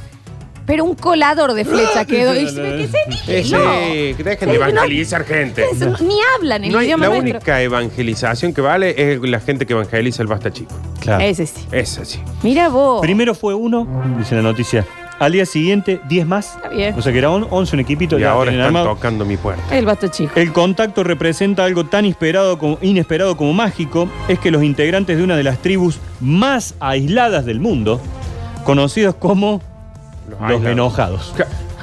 Pero un colador de flecha quedó. Y se- ¿qué se Eh, dice? Sí, que dejen de Sí, no. evangelizar gente. No, eso no- ni hablan el No hay- idioma la nuestro. única evangelización que vale es la gente que evangeliza el basta chico. Claro. Ese sí. Esa sí. Mira vos. Primero fue uno, dice la noticia. Al día siguiente, 10 más. Está bien. O sea que era un- 11 un equipito. Y ya ahora tienen están armado. tocando mi puerta. El vato chico. El contacto representa algo tan esperado como- inesperado como mágico, es que los integrantes de una de las tribus más aisladas del mundo, conocidos como los, aislados. enojados.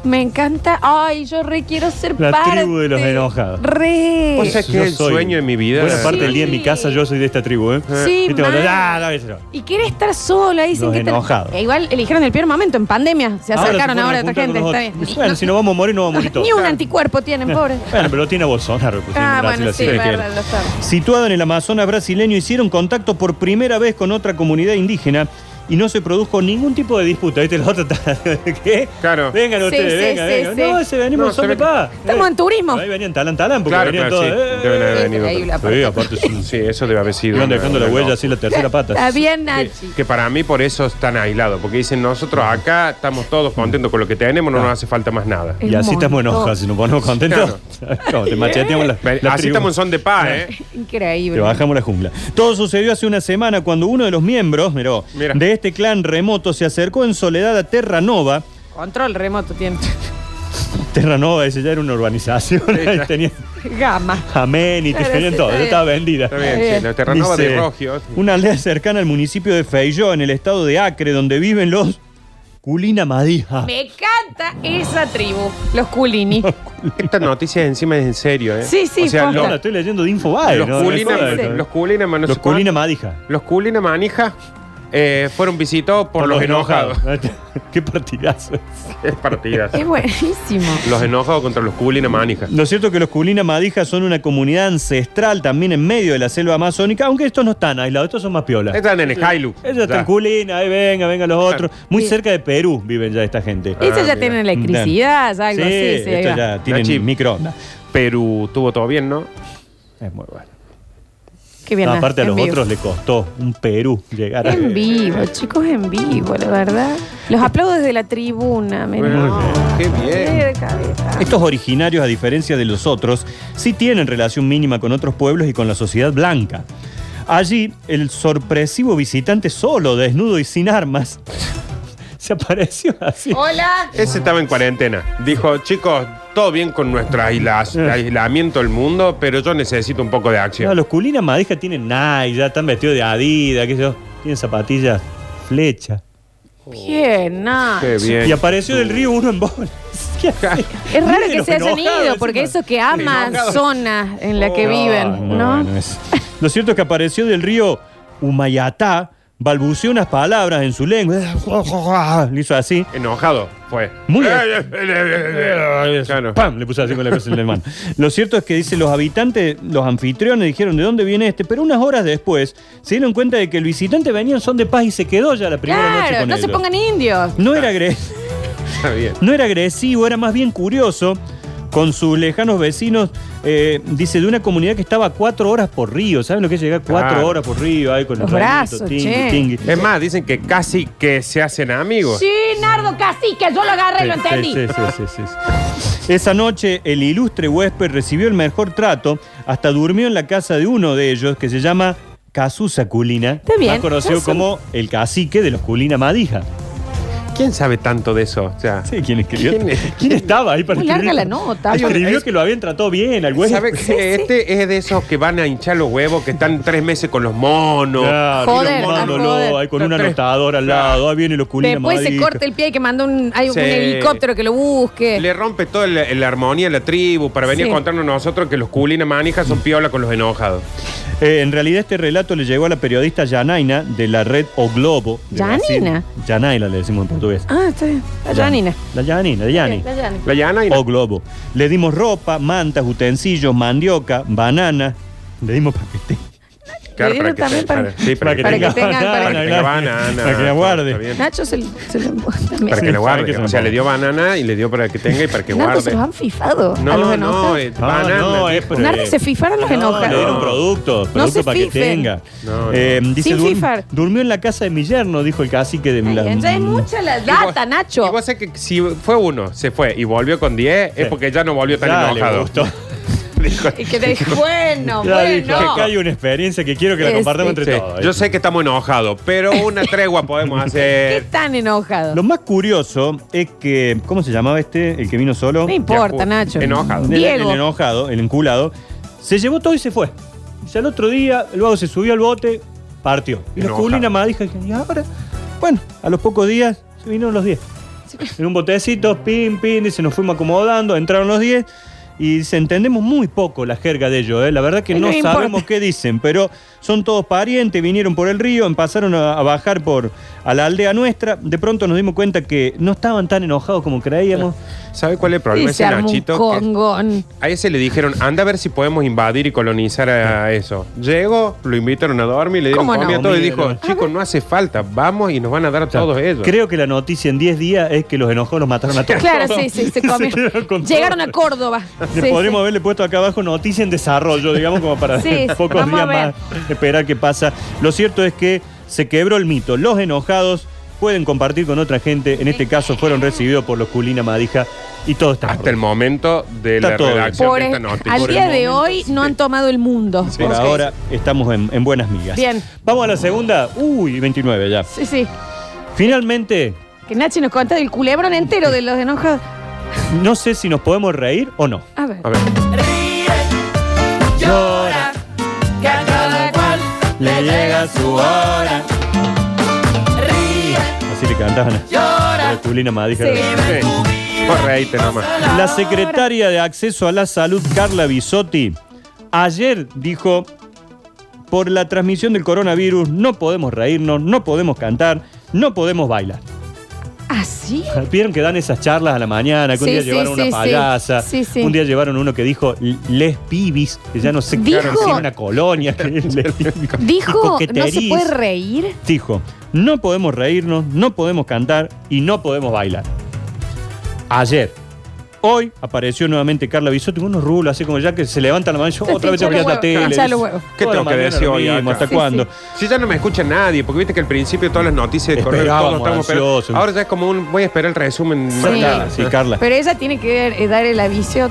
Me encanta. Ay, yo re quiero ser La parte. tribu de los enojados. Re. O sea, que Yo el soy- sueño de mi vida. Buena parte Sí. del día en mi casa yo soy de esta tribu, ¿eh? sí, Viste, cuando, mal. "Ah, no, ese no". Y quiere estar sola, dicen Los que. te- enojados. E igual eligieron el peor momento en pandemia. Se acercaron ahora, se a otra fueron gente. Está a juntar con bien. los otros. Bueno, si no vamos a morir, no vamos a morir todos. Ni un anticuerpo tienen, pobre. Bueno, pero lo tiene a Bolsonaro. pues, Ah, en Brasil, bueno, así sí, que- verdad, lo sabe. Situado en el Amazonas brasileño, hicieron contacto por primera vez con otra comunidad indígena y no se produjo ningún tipo de disputa. ¿Viste? Los otros están- ¿Qué? Claro. Vengan Sí, ustedes, sí, vengan, sí, vengan. sí. No, se venimos No, se solo ve- pa. Estamos en turismo. Ahí venían talán, talán, porque Claro, venían claro, sí. todos. eh, Deben eh, haber Es venido. increíble, eh. Sí, aparte sí, sí, Sí, eso debe haber sido. iban una- dejando la una huella loca. así la tercera pata. Está bien, Que, Nachi. que para mí por eso están aislados, porque dicen nosotros acá estamos todos contentos con lo que tenemos, no nos hace falta más nada. Y así estamos en hojas, si nos ponemos contentos. Como te macheteamos la, Ven, la Así tribu. estamos en son de paz, ¿eh? Increíble. Te bajamos la jungla. Todo sucedió hace una semana cuando uno de los miembros, miró, Mira. de este clan remoto se acercó en soledad a Terra Nova Control remoto tiene. Terranova, ese ya era una urbanización. Ahí tenía Gama. amén y Claro, tenían sí, todo, está ya bien. estaba vendida. Está bien, Bien. sí, la Terranova Dice, de Rogios. Una aldea cercana al municipio de Feijó, en el estado de Acre, donde viven los Culina Madija. Me encanta esa tribu, los culini. Esta noticia encima es en serio, ¿eh? Sí, sí, O sea, posta. No, lo- la estoy leyendo de Infobae. los ¿no? culina, Recuerda esto. los culina, no sé Los cuán- Culina Madija. los culina manija eh, fueron visitados por, los, enojados. Qué partidazo. es partidas. es buenísimo. Ah, Los enojados contra los culina manija. Lo cierto es que los Culina Madija son una comunidad ancestral también en medio de la selva amazónica, aunque estos no están aislados, estos son más piolas. Están en el Hilux. Ellos Ya. están Culina, ahí venga, venga los otros. Muy Sí. cerca de Perú viven ya esta gente. Eso ya mira. tienen electricidad, algo sí, así. sí, ahí estos va. ya tienen Nachi. microondas. Perú estuvo todo bien, ¿no? Es muy bueno. Qué bien. No, ah, aparte a en los vivo. otros le costó un Perú llegar a... En vivo, chicos, en vivo, la verdad. Los aplaudo desde la tribuna, me Bueno, qué bien. Estos originarios, a diferencia de los otros, sí tienen relación mínima con otros pueblos y con la sociedad blanca. Allí, el sorpresivo visitante solo, desnudo y sin armas, se apareció así. Hola. Ese estaba en cuarentena. Dijo, chicos, todo bien con nuestro Eh. aisla- aislamiento del mundo, pero yo necesito un poco de No, acción. los culinas madija tienen Nike, ya están vestidos de Adidas, qué sé yo. Tienen zapatillas, flecha. Bien, nada. Qué bien. Y apareció del río uno en bola. ¿Qué hace? Es raro Miren que los se hayan enojados ido, porque encima. esos que aman Enojados. zonas en la que Oh, viven, muy ¿no? bueno eso. Lo cierto es que apareció del río Humayatá, balbuceó unas palabras en su lengua. Le hizo así. Enojado fue. Muy bien. Claro. ¡Pam! Le puso así con la cosa en el hermano. Lo cierto es que dice, los habitantes, los anfitriones dijeron de dónde viene este, pero unas horas después se dieron cuenta de que el visitante venía en son de paz y se quedó ya la primera noche Claro, con no se ellos. pongan indios. No era agres- Está bien. no era agresivo, era más bien curioso con sus lejanos vecinos. eh, dice, de una comunidad que estaba cuatro horas por río. ¿Saben lo que es llegar cuatro Claro. horas por río? Ahí con el Los ramito, brazos, tingui, che. tingui. Es más, dicen que casi que se hacen amigos. Sí, Nardo Cacique, yo lo agarré, lo Sí, entendí. sí, sí, sí, sí, sí. Esa noche el ilustre huésped recibió el mejor trato, hasta durmió en la casa de uno de ellos que se llama Casusa Culina, Está bien, más conocido Casu. como el cacique de los Culina Madija. ¿Quién sabe tanto de eso? O sea, Sí, ¿quién escribió? ¿Quién ¿Quién, es? estaba ahí para Muy larga escribir? la nota. Escribió Es- que lo habían tratado bien al güey. ¿sabe que este es de esos que van a hinchar los huevos, que están tres meses con los monos? Claro, Joder, y lo mandó a lo- joder. ahí con Los un tres. anotador al lado, ahí viene los Culina Después se Madija. corta el pie y que manda un, hay Sí. un helicóptero que lo busque. Le rompe toda la, la armonía a la tribu para venir Sí. a contarnos nosotros que los culina manijas son piola con los enojados. Eh, en realidad este relato le llegó a la periodista Janaina de la red O Globo. de Brasil. ¿Janaina? Janaina le decimos en portugués. Ah, está bien. La Janina. La Janina, la Yani. La Janina. La llana y O Globo. Le dimos ropa, mantas, utensilios, mandioca, banana. Le dimos paquete. Claro, Le dieron también para, para- sí, para que para tenga- que tengan, para para que que- tenga banana, banana. Para que la Está guarde. bien. Nacho se, lo- se lo Para que Sí, la para que guarde. se O sea, la le dio banana y le dio para que tenga y para que Nardo se guarde. los han fifado. a los No, no, enojados. es No, banana. no, es dijo. pero- Nardo se fifaron los No, le enojados. dieron producto, producto se para que fifen. tenga. No, no. Eh, dice, Sin "Dur- fifar". durmió en la casa de mi yerno, dijo el cacique de mi la- Ay, Ya es mucha la Y vos- data, Nacho. Y vos sabés que si fue uno, se fue y volvió con 10, Sí. es porque ya no volvió tan Ya le enojado. gustó. Dijo, Y que te dije, bueno, Ya dijo, bueno. acá hay una experiencia que quiero que la Sí, compartamos sí. entre "Sí, todos. yo sé que estamos enojados, pero una tregua podemos ¿Qué hacer. tan enojado? Lo más curioso es que, ¿cómo se llamaba este? El que vino solo. No importa, Nacho. Enojado. El- El, Diego. enojado, el enculado, se llevó todo y se fue. Ya el otro día, luego se subió al bote, partió. Y la Enojado. culina más dijo, ¿y ahora? Bueno, a los pocos días se vinieron los 10. En un botecito, pim, pim, y se nos fuimos acomodando, entraron los 10. Y se entendemos muy poco la jerga de ellos, ¿eh? la verdad que No no, importa. sabemos qué dicen, pero son todos parientes, vinieron por el río, empezaron a, a bajar por a la aldea nuestra, de pronto nos dimos cuenta que no estaban tan enojados como creíamos. ¿Sabe cuál es el problema? Y se Ese armó un Nachito. que- congón. A ese le dijeron, anda a ver si podemos invadir y colonizar a eso. Llegó, lo invitaron a dormir, le dieron ¿Cómo no? comida a todo y dijo, Comida. chicos, no hace falta, vamos y nos van a dar a todos ellos. Creo que la noticia en 10 días es que los enojó los mataron a todos. Claro, sí, sí, se comió. quedaron con todo. Llegaron a Córdoba. Le Sí, podríamos sí. haberle puesto acá abajo noticia en desarrollo, digamos, como para Sí, sí, pocos vamos a días ver. más esperar qué pasa. Lo cierto es que se quebró el mito. Los enojados pueden compartir con otra gente. En este caso fueron recibidos por los Culina Madija y todo está. Hasta el momento de Está la todo bien. redacción Por de esta el- noticia. al Por día el de momento. hoy no han tomado el mundo. Por Ok. ahora estamos en, en buenas migas. Bien. Vamos a la segunda. Uy, 29 ya. Sí, sí. Finalmente, Que Nachi nos cuenta del culebrón entero de los enojados. No sé si nos podemos reír o no. A ver. A ver. Llora, que a cada cual le llega su hora. Así le cantaban a llora. Julina Madija. Sí. Sí. Vos reíte nomás. La secretaria de Acceso a la Salud, Carla Bisotti, ayer dijo, por la transmisión del coronavirus no podemos reírnos, no podemos cantar, no podemos bailar. ¿Ah, sí? Vieron que dan esas charlas a la mañana, que un Sí, día sí, llevaron sí, una sí. payasa, Sí, sí. un día llevaron uno que dijo les pibis, que ya no sé qué Dijo- era, que era una colonia. que les pibis. Dijo, no se coqueterís. puede reír. Dijo, no podemos reírnos, no podemos cantar y no podemos bailar. Ayer, hoy, apareció nuevamente Carla Bisotti con unos rulos, así como ya que se levanta la mano, yo otra vez Hincha abrí los la huevos, tele. hincha los huevos. ¿Qué Toda la tengo que mañana decir lo hoy acá? mismo, ¿Hasta Sí, cuándo? sí. Si ya no me escucha nadie, porque viste que al principio todas las noticias de correo todos Esperábamos, estamos ansiosos. Ahora ya es como un. Voy a esperar el resumen. más Sí. tarde. Sí, Carla. Pero ella tiene que dar- eh, dar el aviso.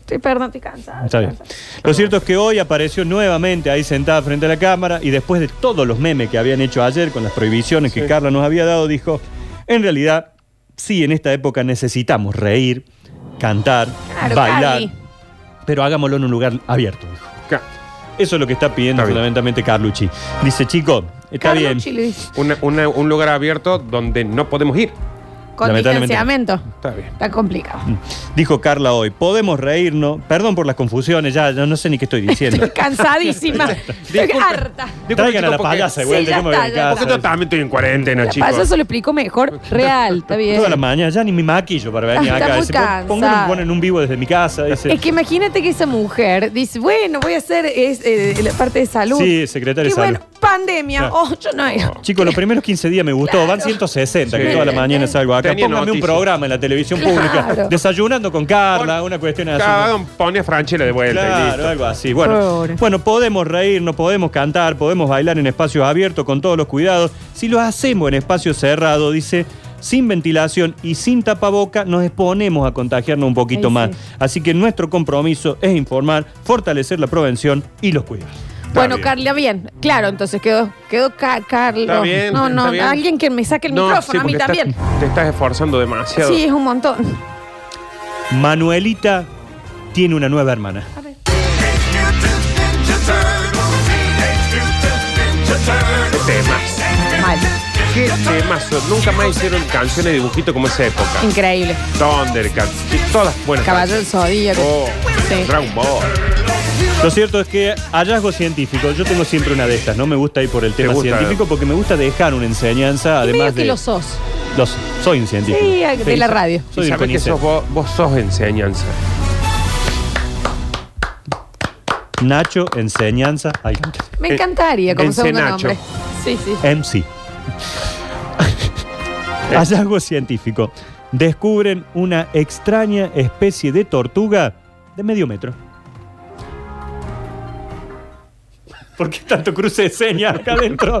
Estoy, perdón, estoy cansada. Está bien. Lo cierto es que hoy apareció nuevamente ahí sentada frente a la cámara y después de todos los memes que habían hecho ayer con las prohibiciones que Carla nos había dado, dijo, en realidad, sí, en esta época necesitamos reír, cantar, Claro, bailar, Cali. pero hagámoslo en un lugar abierto, dijo. Ca- Eso es lo que está pidiendo Está bien. fundamentalmente Carlucci. Dice, chico, está bien. Carlucci le dice, una- una- un lugar abierto donde no podemos ir. Con Lamentablemente. distanciamiento. Está bien. Está complicado. Dijo Carla hoy, podemos reírnos. Perdón por las confusiones, ya, ya no sé ni qué estoy diciendo. Estoy cansadísima. estoy Disculpe. harta. Traigan a la chicos, porque- payasa, Sí, igual, de ya cómo me está, ven ya casa. Porque yo también estoy en cuarentena, La chicos. paso se lo explico mejor. Real, está bien. Ah, Toda la mañana, ya ni me maquillo para venir Está acá. muy Dice, pon- pongan- cansada. ponen un vivo desde mi casa. Dice, Es que imagínate que esa mujer dice, bueno, voy a hacer es, eh, la parte de salud. Sí, secretaria Y de bueno, salud. pandemia. Claro. Oh, yo no. Chicos, los primeros 15 días me gustó. Van 160, que Sí. toda la mañana salgo acá. Tenía Póngame un noticias. programa en la televisión Claro. pública. Desayunando con Carla, Pon- una cuestión Ah, así. Cada uno pone a Franchella de vuelta y Claro, listo. algo así. Bueno, Pobre. bueno, podemos reírnos, podemos cantar, podemos bailar en espacios abiertos con todos los cuidados. Si lo hacemos en espacios cerrados, dice, sin ventilación y sin tapaboca, nos exponemos a contagiarnos un poquito Ahí más. sí. Así que nuestro compromiso es informar, fortalecer la prevención y los cuidados. Bueno, bien. Carla, bien. Claro, entonces quedó, quedó ca- Carlos. Está bien, No, está no, bien. alguien que me saque el No, micrófono sí, a mí porque estás- también. te estás esforzando demasiado. Sí, es un montón. Manuelita tiene una nueva hermana. Qué temas. Mal. Qué temazo. Nunca más hicieron canciones de dibujito como esa época. Increíble. Thundercats. y Todas buenas. Caballo del Zodíaco. Oh, Sí. Dragon Ball. Lo cierto es que hallazgo científico, yo tengo siempre una de estas, no me gusta ir por el tema gusta? eh. científico porque me gusta dejar una enseñanza, Y medio además que de... lo sos. Los- soy un científico. Sí, de la radio. Soy y sabés que del CONICET. sos vos, vos sos enseñanza. Nacho Enseñanza Alcántara. Me encantaría como Vence segundo Nacho. nombre. Sí, sí. MC. Hallazgo científico. Descubren una extraña especie de tortuga de medio metro. ¿Por qué tanto cruce de señas acá adentro?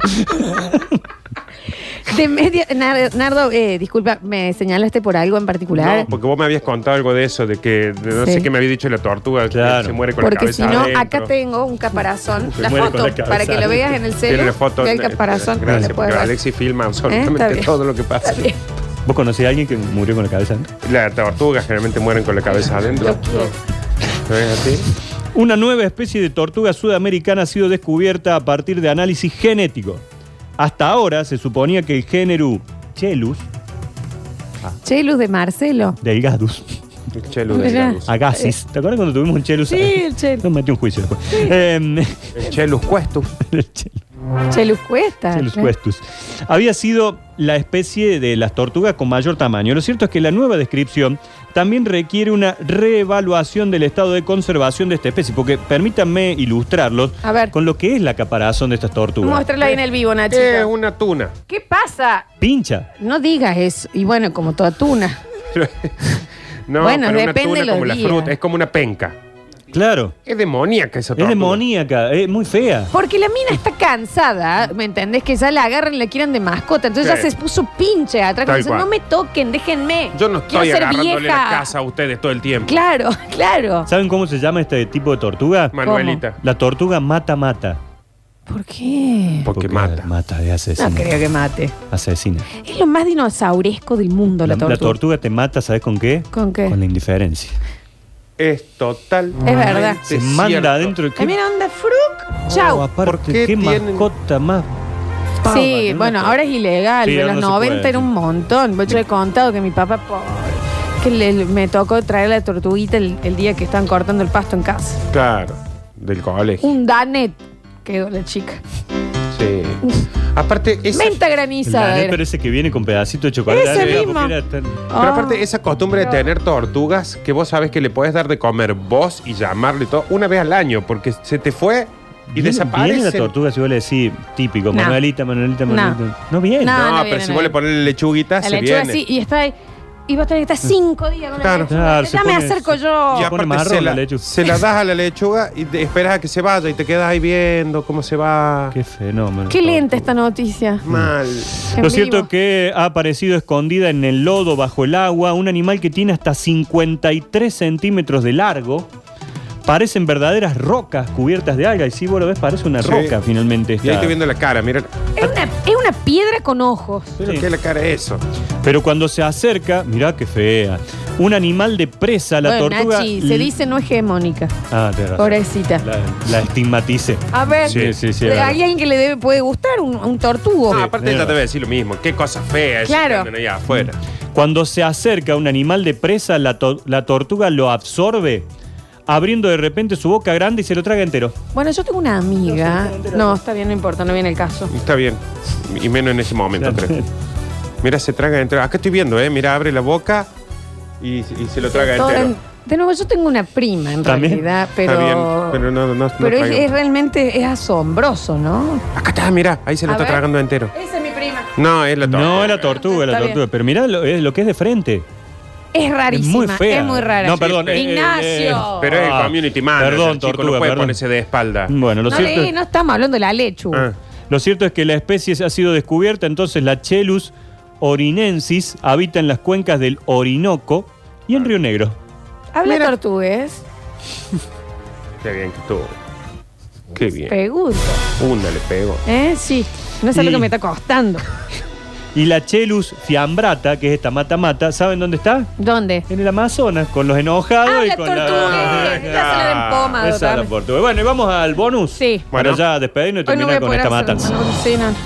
De media, Nar- Nardo, eh, disculpa, ¿me señalaste por algo en particular? No, porque vos me habías contado algo de eso, de que de no Sí. sé qué me había dicho la tortuga Claro. que se muere con la Porque si cabeza. no, adentro. acá tengo un caparazón, Se la muere foto, con la cabeza para que lo veas en el Tiene celo. la foto. ve el caparazón. Gracias, lo porque puedes ver. Alexis filma Eh, Está absolutamente bien. todo lo que pasa. Está bien. ¿Vos conocés a alguien que murió con la cabeza adentro? Las tortugas generalmente mueren con la cabeza adentro. ¿No es así? Una nueva especie de tortuga sudamericana ha sido descubierta a partir de análisis genético. Hasta ahora se suponía que el género Chelus Chelus de Marcelo. delgadus Chelu de Mirá. Lanús. agasis, ¿te acuerdas cuando tuvimos un Chelus? Eh. Sí, el Chelus. Nos metió un juicio después. Eh, El Chelus Cuestus. el Chelus. Chelus Cuesta. Chelus cuestus. Había sido la especie de las tortugas con mayor tamaño. Lo cierto es que la nueva descripción también requiere una reevaluación del estado de conservación de esta especie, porque permítanme ilustrarlos A ver. con lo que es la caparazón de estas tortugas. Eh, Muéstrala ahí en el vivo, Nacho. Es una tuna. ¿Qué pasa? Pincha. No digas eso. Y bueno, como toda tuna. No, Bueno, pero depende de una tuna los como la días. fruta, es como una penca. Claro. Es demoníaca esa Es tortuga. demoníaca, es muy fea. Porque la mina está cansada, ¿me entendés? Que ya la agarran y la quieran de mascota. Entonces Sí. ya se puso pinche atrás. Tal Dice, cual. no me toquen, déjenme. Yo no Quiero estoy ser agarrándole vieja. la casa a ustedes todo el tiempo. Claro, claro. ¿Saben cómo se llama este tipo de tortuga? Manuelita. La tortuga mata-mata. ¿Por qué? Porque mata. Mata de asesino. No creo que mate. Asesina. Es lo más dinosauresco del mundo la, La, tortuga. la tortuga te mata, ¿sabes con qué? ¿Con qué? Con la indiferencia. Es total. Es verdad. Se manda adentro. Ay, mira, onda fruk. Chau. Oh, aparte, ¿Por qué qué, tienen- mascota más. pava, Sí, ¿no? bueno, Una ahora es ilegal. Sí, pero ahora en los no se puede. 90 era un montón. Yo he contado que mi papá, po- que le- me tocó traer la tortuguita el, el día que estaban cortando el pasto en casa. Claro. Del colegio. Un danet quedó la chica. Sí. Aparte, esa, Venta El granizada. Danés era. parece que viene con pedacito de chocolate. Ese Era, mismo. porque era tan- pero Ah. aparte, esa costumbre de tener tortugas que vos sabés que le podés dar de comer vos y llamarle y todo una vez al año, porque se te fue y Viene- desaparece. Viene la tortuga, si vos le decís, típico, No. Manuelita, Manuelita, No. Manuelita. No viene. Ah, No. No, viene, no pero si vos viene. le pones lechuguita, La se lechuga viene. así y está ahí. Y vos tenés que estar cinco días con Claro. la lechuga. Claro, se ya me pone- acerco yo. Y Se pone aparte marrón se la la, lechuga. se la das a la lechuga y te esperas a que se vaya y te quedas ahí viendo cómo se va. Qué fenómeno. Qué lenta esta noticia. mal. En Lo cierto vivo. es que ha aparecido escondida en el lodo, bajo el agua, un animal que tiene hasta 53 centímetros de largo. Parecen verdaderas rocas cubiertas de alga. Y si vos lo ves, parece una Sí. roca finalmente. Y ahí esta. estoy viendo la cara, mira. Es una, es una piedra con ojos. Mira Sí. qué la cara es eso. Pero cuando se acerca, mirá qué fea. Un animal de presa, la bueno, tortuga. mm. Nachi, se dice no hegemónica. Ah, tenés razón. Pobrecita. La, la estigmaticé. A ver, Sí, sí, sí, es hay verdad. alguien que le debe, puede gustar un, un tortugo. No, Ah, aparte mira. ella te va a decir lo mismo. Qué cosa fea es Claro. allá afuera. Cuando se acerca un animal de presa, la, to- la tortuga lo absorbe, abriendo de repente su boca grande y se lo traga entero. Bueno, yo tengo una amiga. No, está bien, no importa, no viene el caso. Está bien. Y menos en ese momento, creo. Mira, se traga entero. Acá estoy viendo, ¿eh? Mira, abre la boca y, y se lo traga Todo entero. en- de nuevo, yo tengo una prima en También. realidad, pero. Está bien, pero no, no, no pero es, traga. es realmente es asombroso, ¿no? Acá está, mira, ahí se lo A está ver. tragando entero. Esa es mi prima. No, es la tortuga. No, la tortuga, la Está tortuga. Pero mirá lo, es lo que es de frente. Es rarísima. Es muy fea. Es muy rara. No, perdón, eh, Ignacio. eh, eh, Pero es el Ah, community manager. perdón, el chico tortuga, No puede perdón. Mm. ponerse de espalda. Bueno, lo no, cierto. leí, no estamos hablando de la lechuga. Ah. Lo cierto es que la especie ha sido descubierta, entonces la Chelus orinensis habita en las cuencas del Orinoco y Ah. en Río Negro. Habla tortugués. Qué bien que estuvo. Qué bien. Pregunto. Una le pego. ¿Eh? Sí. No es algo Y- que me está costando. Y la Chelus fiambrata, que es esta mata-mata, ¿saben dónde está? ¿Dónde? En el Amazonas, con los enojados Ah, y la con tortuga. la... Ya se la den pomado Esa es la también. portuguesa. Bueno, y vamos al bonus. Sí. Bueno, Bueno. ya despedirnos y Hoy no voy terminar a con poder esta hacer- matanza. no, sí, no.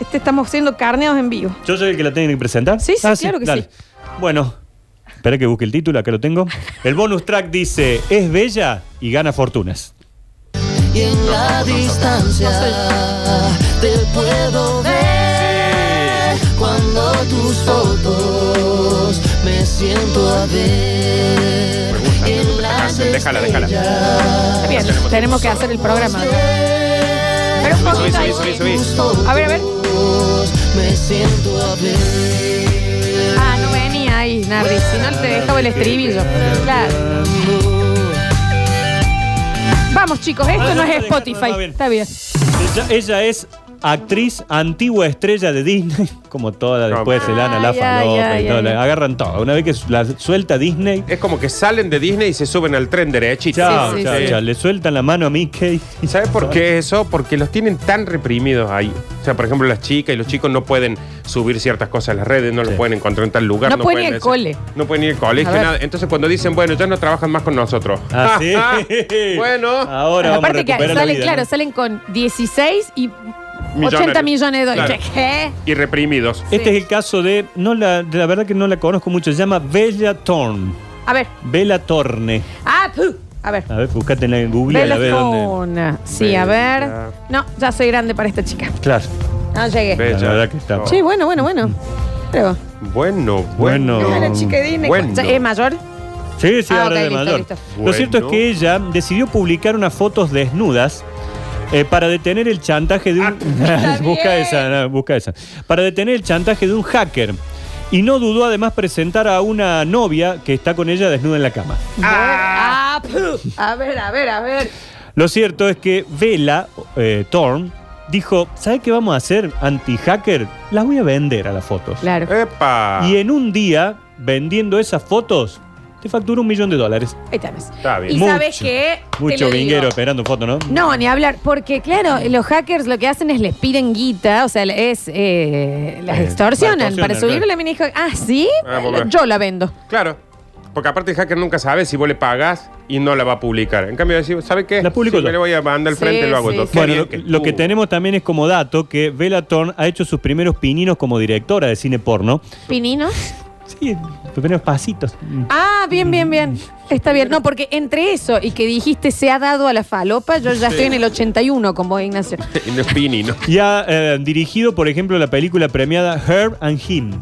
Este estamos siendo carneados en vivo. ¿Yo soy el que la tiene que presentar? Ah, Sí, sí, claro que sí. Bueno, espera que busque el título, acá lo tengo. El bonus track dice, es bella y gana fortunas. Y en la distancia te puedo ver cuando tus fotos me siento a ver. Me gusta. Y en las Déjala, déjala. estrellas Está bien, tenemos que hacer el programa. Pero un Subí, poquito subí, ahí. subí, subí. tus fotos A ver, a ver. Me siento a ver. Ah, no venía ahí, Nardi. Si no te dejaba el estribillo. Claro. Vamos, chicos, esto Ah, no no, es no, Spotify. no, no, bien. Está bien. Ella, ella es actriz, antigua estrella de Disney, como toda después Como- Elana, la Ay, ay, falopa ay, y todo. ay. la- Agarran todo. Una vez que la suelta Disney, Es como que salen de Disney y se suben al tren derechito. chao, sí, chao, sí. chao. Le sueltan la mano a Mickey. ¿Y sabes por qué es eso? Porque los tienen tan reprimidos ahí. O sea, por ejemplo, las chicas y los chicos no pueden subir ciertas cosas a las redes, no los Sí. pueden encontrar en tal lugar. No pueden ir al decir- cole. No pueden ir al colegio, A ver. nada. Entonces, cuando dicen, bueno, ya no trabajan más con nosotros. Ah, sí. Ah. bueno, Ahora vamos a Aparte que recuperar la salen, vida, claro, ¿no? salen con 16 y Millones. 80 millones de dólares. Claro. ¿Qué? y reprimidos. Sí. Este es el caso de, no la, de la verdad que no la conozco mucho, se llama Bella Thorne. A ver. Bella Thorne. Ah, puh. a ver. A ver, buscate en la Google y a Bella ver dónde. Thorne. Sí, a ver. Bella. No, ya soy grande para esta chica. Claro. No llegué. Bella. La verdad que está. Sí, bueno, bueno, bueno. Pero. Bueno, bueno. Bueno. Es Mm, una chica de Disney. Bueno. ¿Ya ¿Es mayor? Sí, sí, Ah, ok, ahora de listo, mayor. listo. Lo Bueno. cierto es que ella decidió publicar unas fotos desnudas eh, para detener el chantaje de un. busca bien. esa, no, busca esa. Para detener el chantaje de un hacker. Y no dudó además presentar a una novia que está con ella desnuda en la cama. Ah, puh. a ver, a ver, a ver. Lo cierto es que Vela eh, Thorne dijo: ¿Sabes qué vamos a hacer, anti-hacker? Las voy a vender a las fotos. Ah. Claro. ¡Epa! Y en un día, vendiendo esas fotos, te factura un millón de dólares. Ahí tenés. Está bien. Y Mucho, sabes que. te Mucho lo digo. vinguero esperando foto, ¿no? No, ni hablar, porque claro, los hackers lo que hacen es les piden guita, o sea, es eh, las Eh, extorsionan. la extorsionan, para subirle claro. la mina dijo, ah, ¿sí? Ah, porque- Yo la vendo. Claro. Porque aparte el hacker nunca sabe si vos le pagás y no la va a publicar. En cambio, decís, ¿sabe qué? La publico Si yo. me le voy a mandar al Sí, frente, lo hago Uh. sí, yo. sí. Qué Bueno, bien lo, lo que estuvo. tenemos también es como dato que Bella Thorne ha hecho sus primeros pininos como directora de cine porno. ¿Pininos? Sí, sus primeros pasitos. Ah, bien, bien, bien. Está bien. No, porque entre eso y que dijiste se ha dado a la falopa, yo ya estoy en el 81 con vos, Ignacio. Y no es Pini, ¿no? Y ha eh, dirigido, por ejemplo, la película premiada Herb and Him.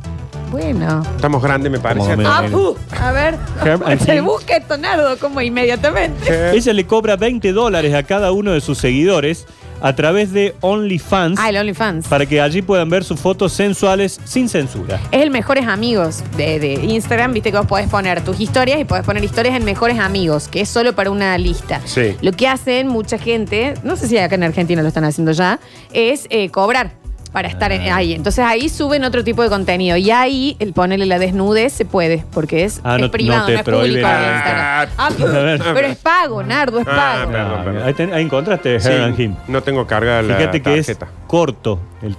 Bueno. Estamos grandes, me parece. Como Ah, Bien. pu, a ver. Herb and Se Him. busca esto, Nardo, como inmediatamente. Ella le cobra 20 dólares a cada uno de sus seguidores a través de OnlyFans Ah, el OnlyFans. para que allí puedan ver sus fotos sensuales sin censura. Es el Mejores Amigos de, de Instagram, viste que vos podés poner tus historias y podés poner historias en Mejores Amigos, que es solo para una lista. Sí. Lo que hacen mucha gente, no sé si acá en Argentina lo están haciendo ya, es eh, cobrar para estar Ah. en- ahí. Entonces ahí suben otro tipo de contenido y ahí el ponerle la desnudez se puede, porque es, Ah, es no- no privado, no, te es público. prohíben. en Instagram. Ah, ver. pero es pago, Nardo, es Ah, pago. Perdón, Ah, perdón. Ahí, ten- ahí encontraste Herb Sí, and Him. no tengo carga la Fíjate que es tarjeta. corto el,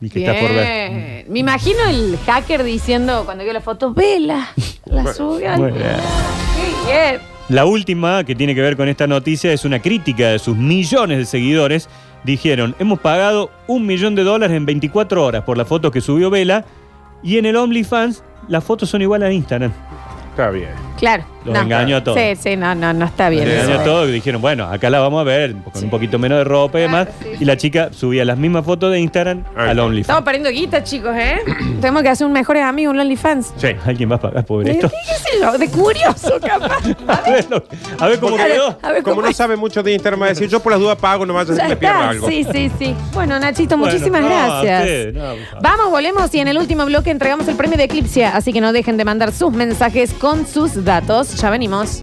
y que está por ver. Bien. Me imagino el hacker diciendo cuando vio la foto, vela, la subió. Muy bien. Qué bien. La última que tiene que ver con esta noticia es una crítica de sus millones de seguidores. Dijeron, hemos pagado un millón de dólares en 24 horas por las fotos que subió Vela y en el OnlyFans las fotos son igual a Instagram. Está bien. Claro. Los engañó a todos. Sí, sí, no, no, no está bien. Le eso, dañó eh. todo y dijeron, bueno, acá la vamos a ver con un poquito menos de ropa y Claro, demás. sí, y la chica subía las mismas fotos de Instagram Ahí al está. Estamos OnlyFans. perdiendo guita, chicos, ¿eh? Tenemos que hacer un mejores amigos, un OnlyFans. Sí. ¿Alguien va a pagar por ¿Qué esto? sé yo? De curioso, capaz. A ver, lo- a ver cómo A ver, quedó. a ver Como cómo no sabe mucho de Instagram, va a decir, yo por las dudas pago, no vaya a ser Ya que me pierda está, algo. sí, sí, sí. Bueno, Nachito, Bueno, muchísimas no, a gracias. usted, no, por favor. Vamos, volvemos y en el último bloque entregamos el premio de Eclipsia, así que no dejen de mandar sus mensajes con sus datos. Ya venimos.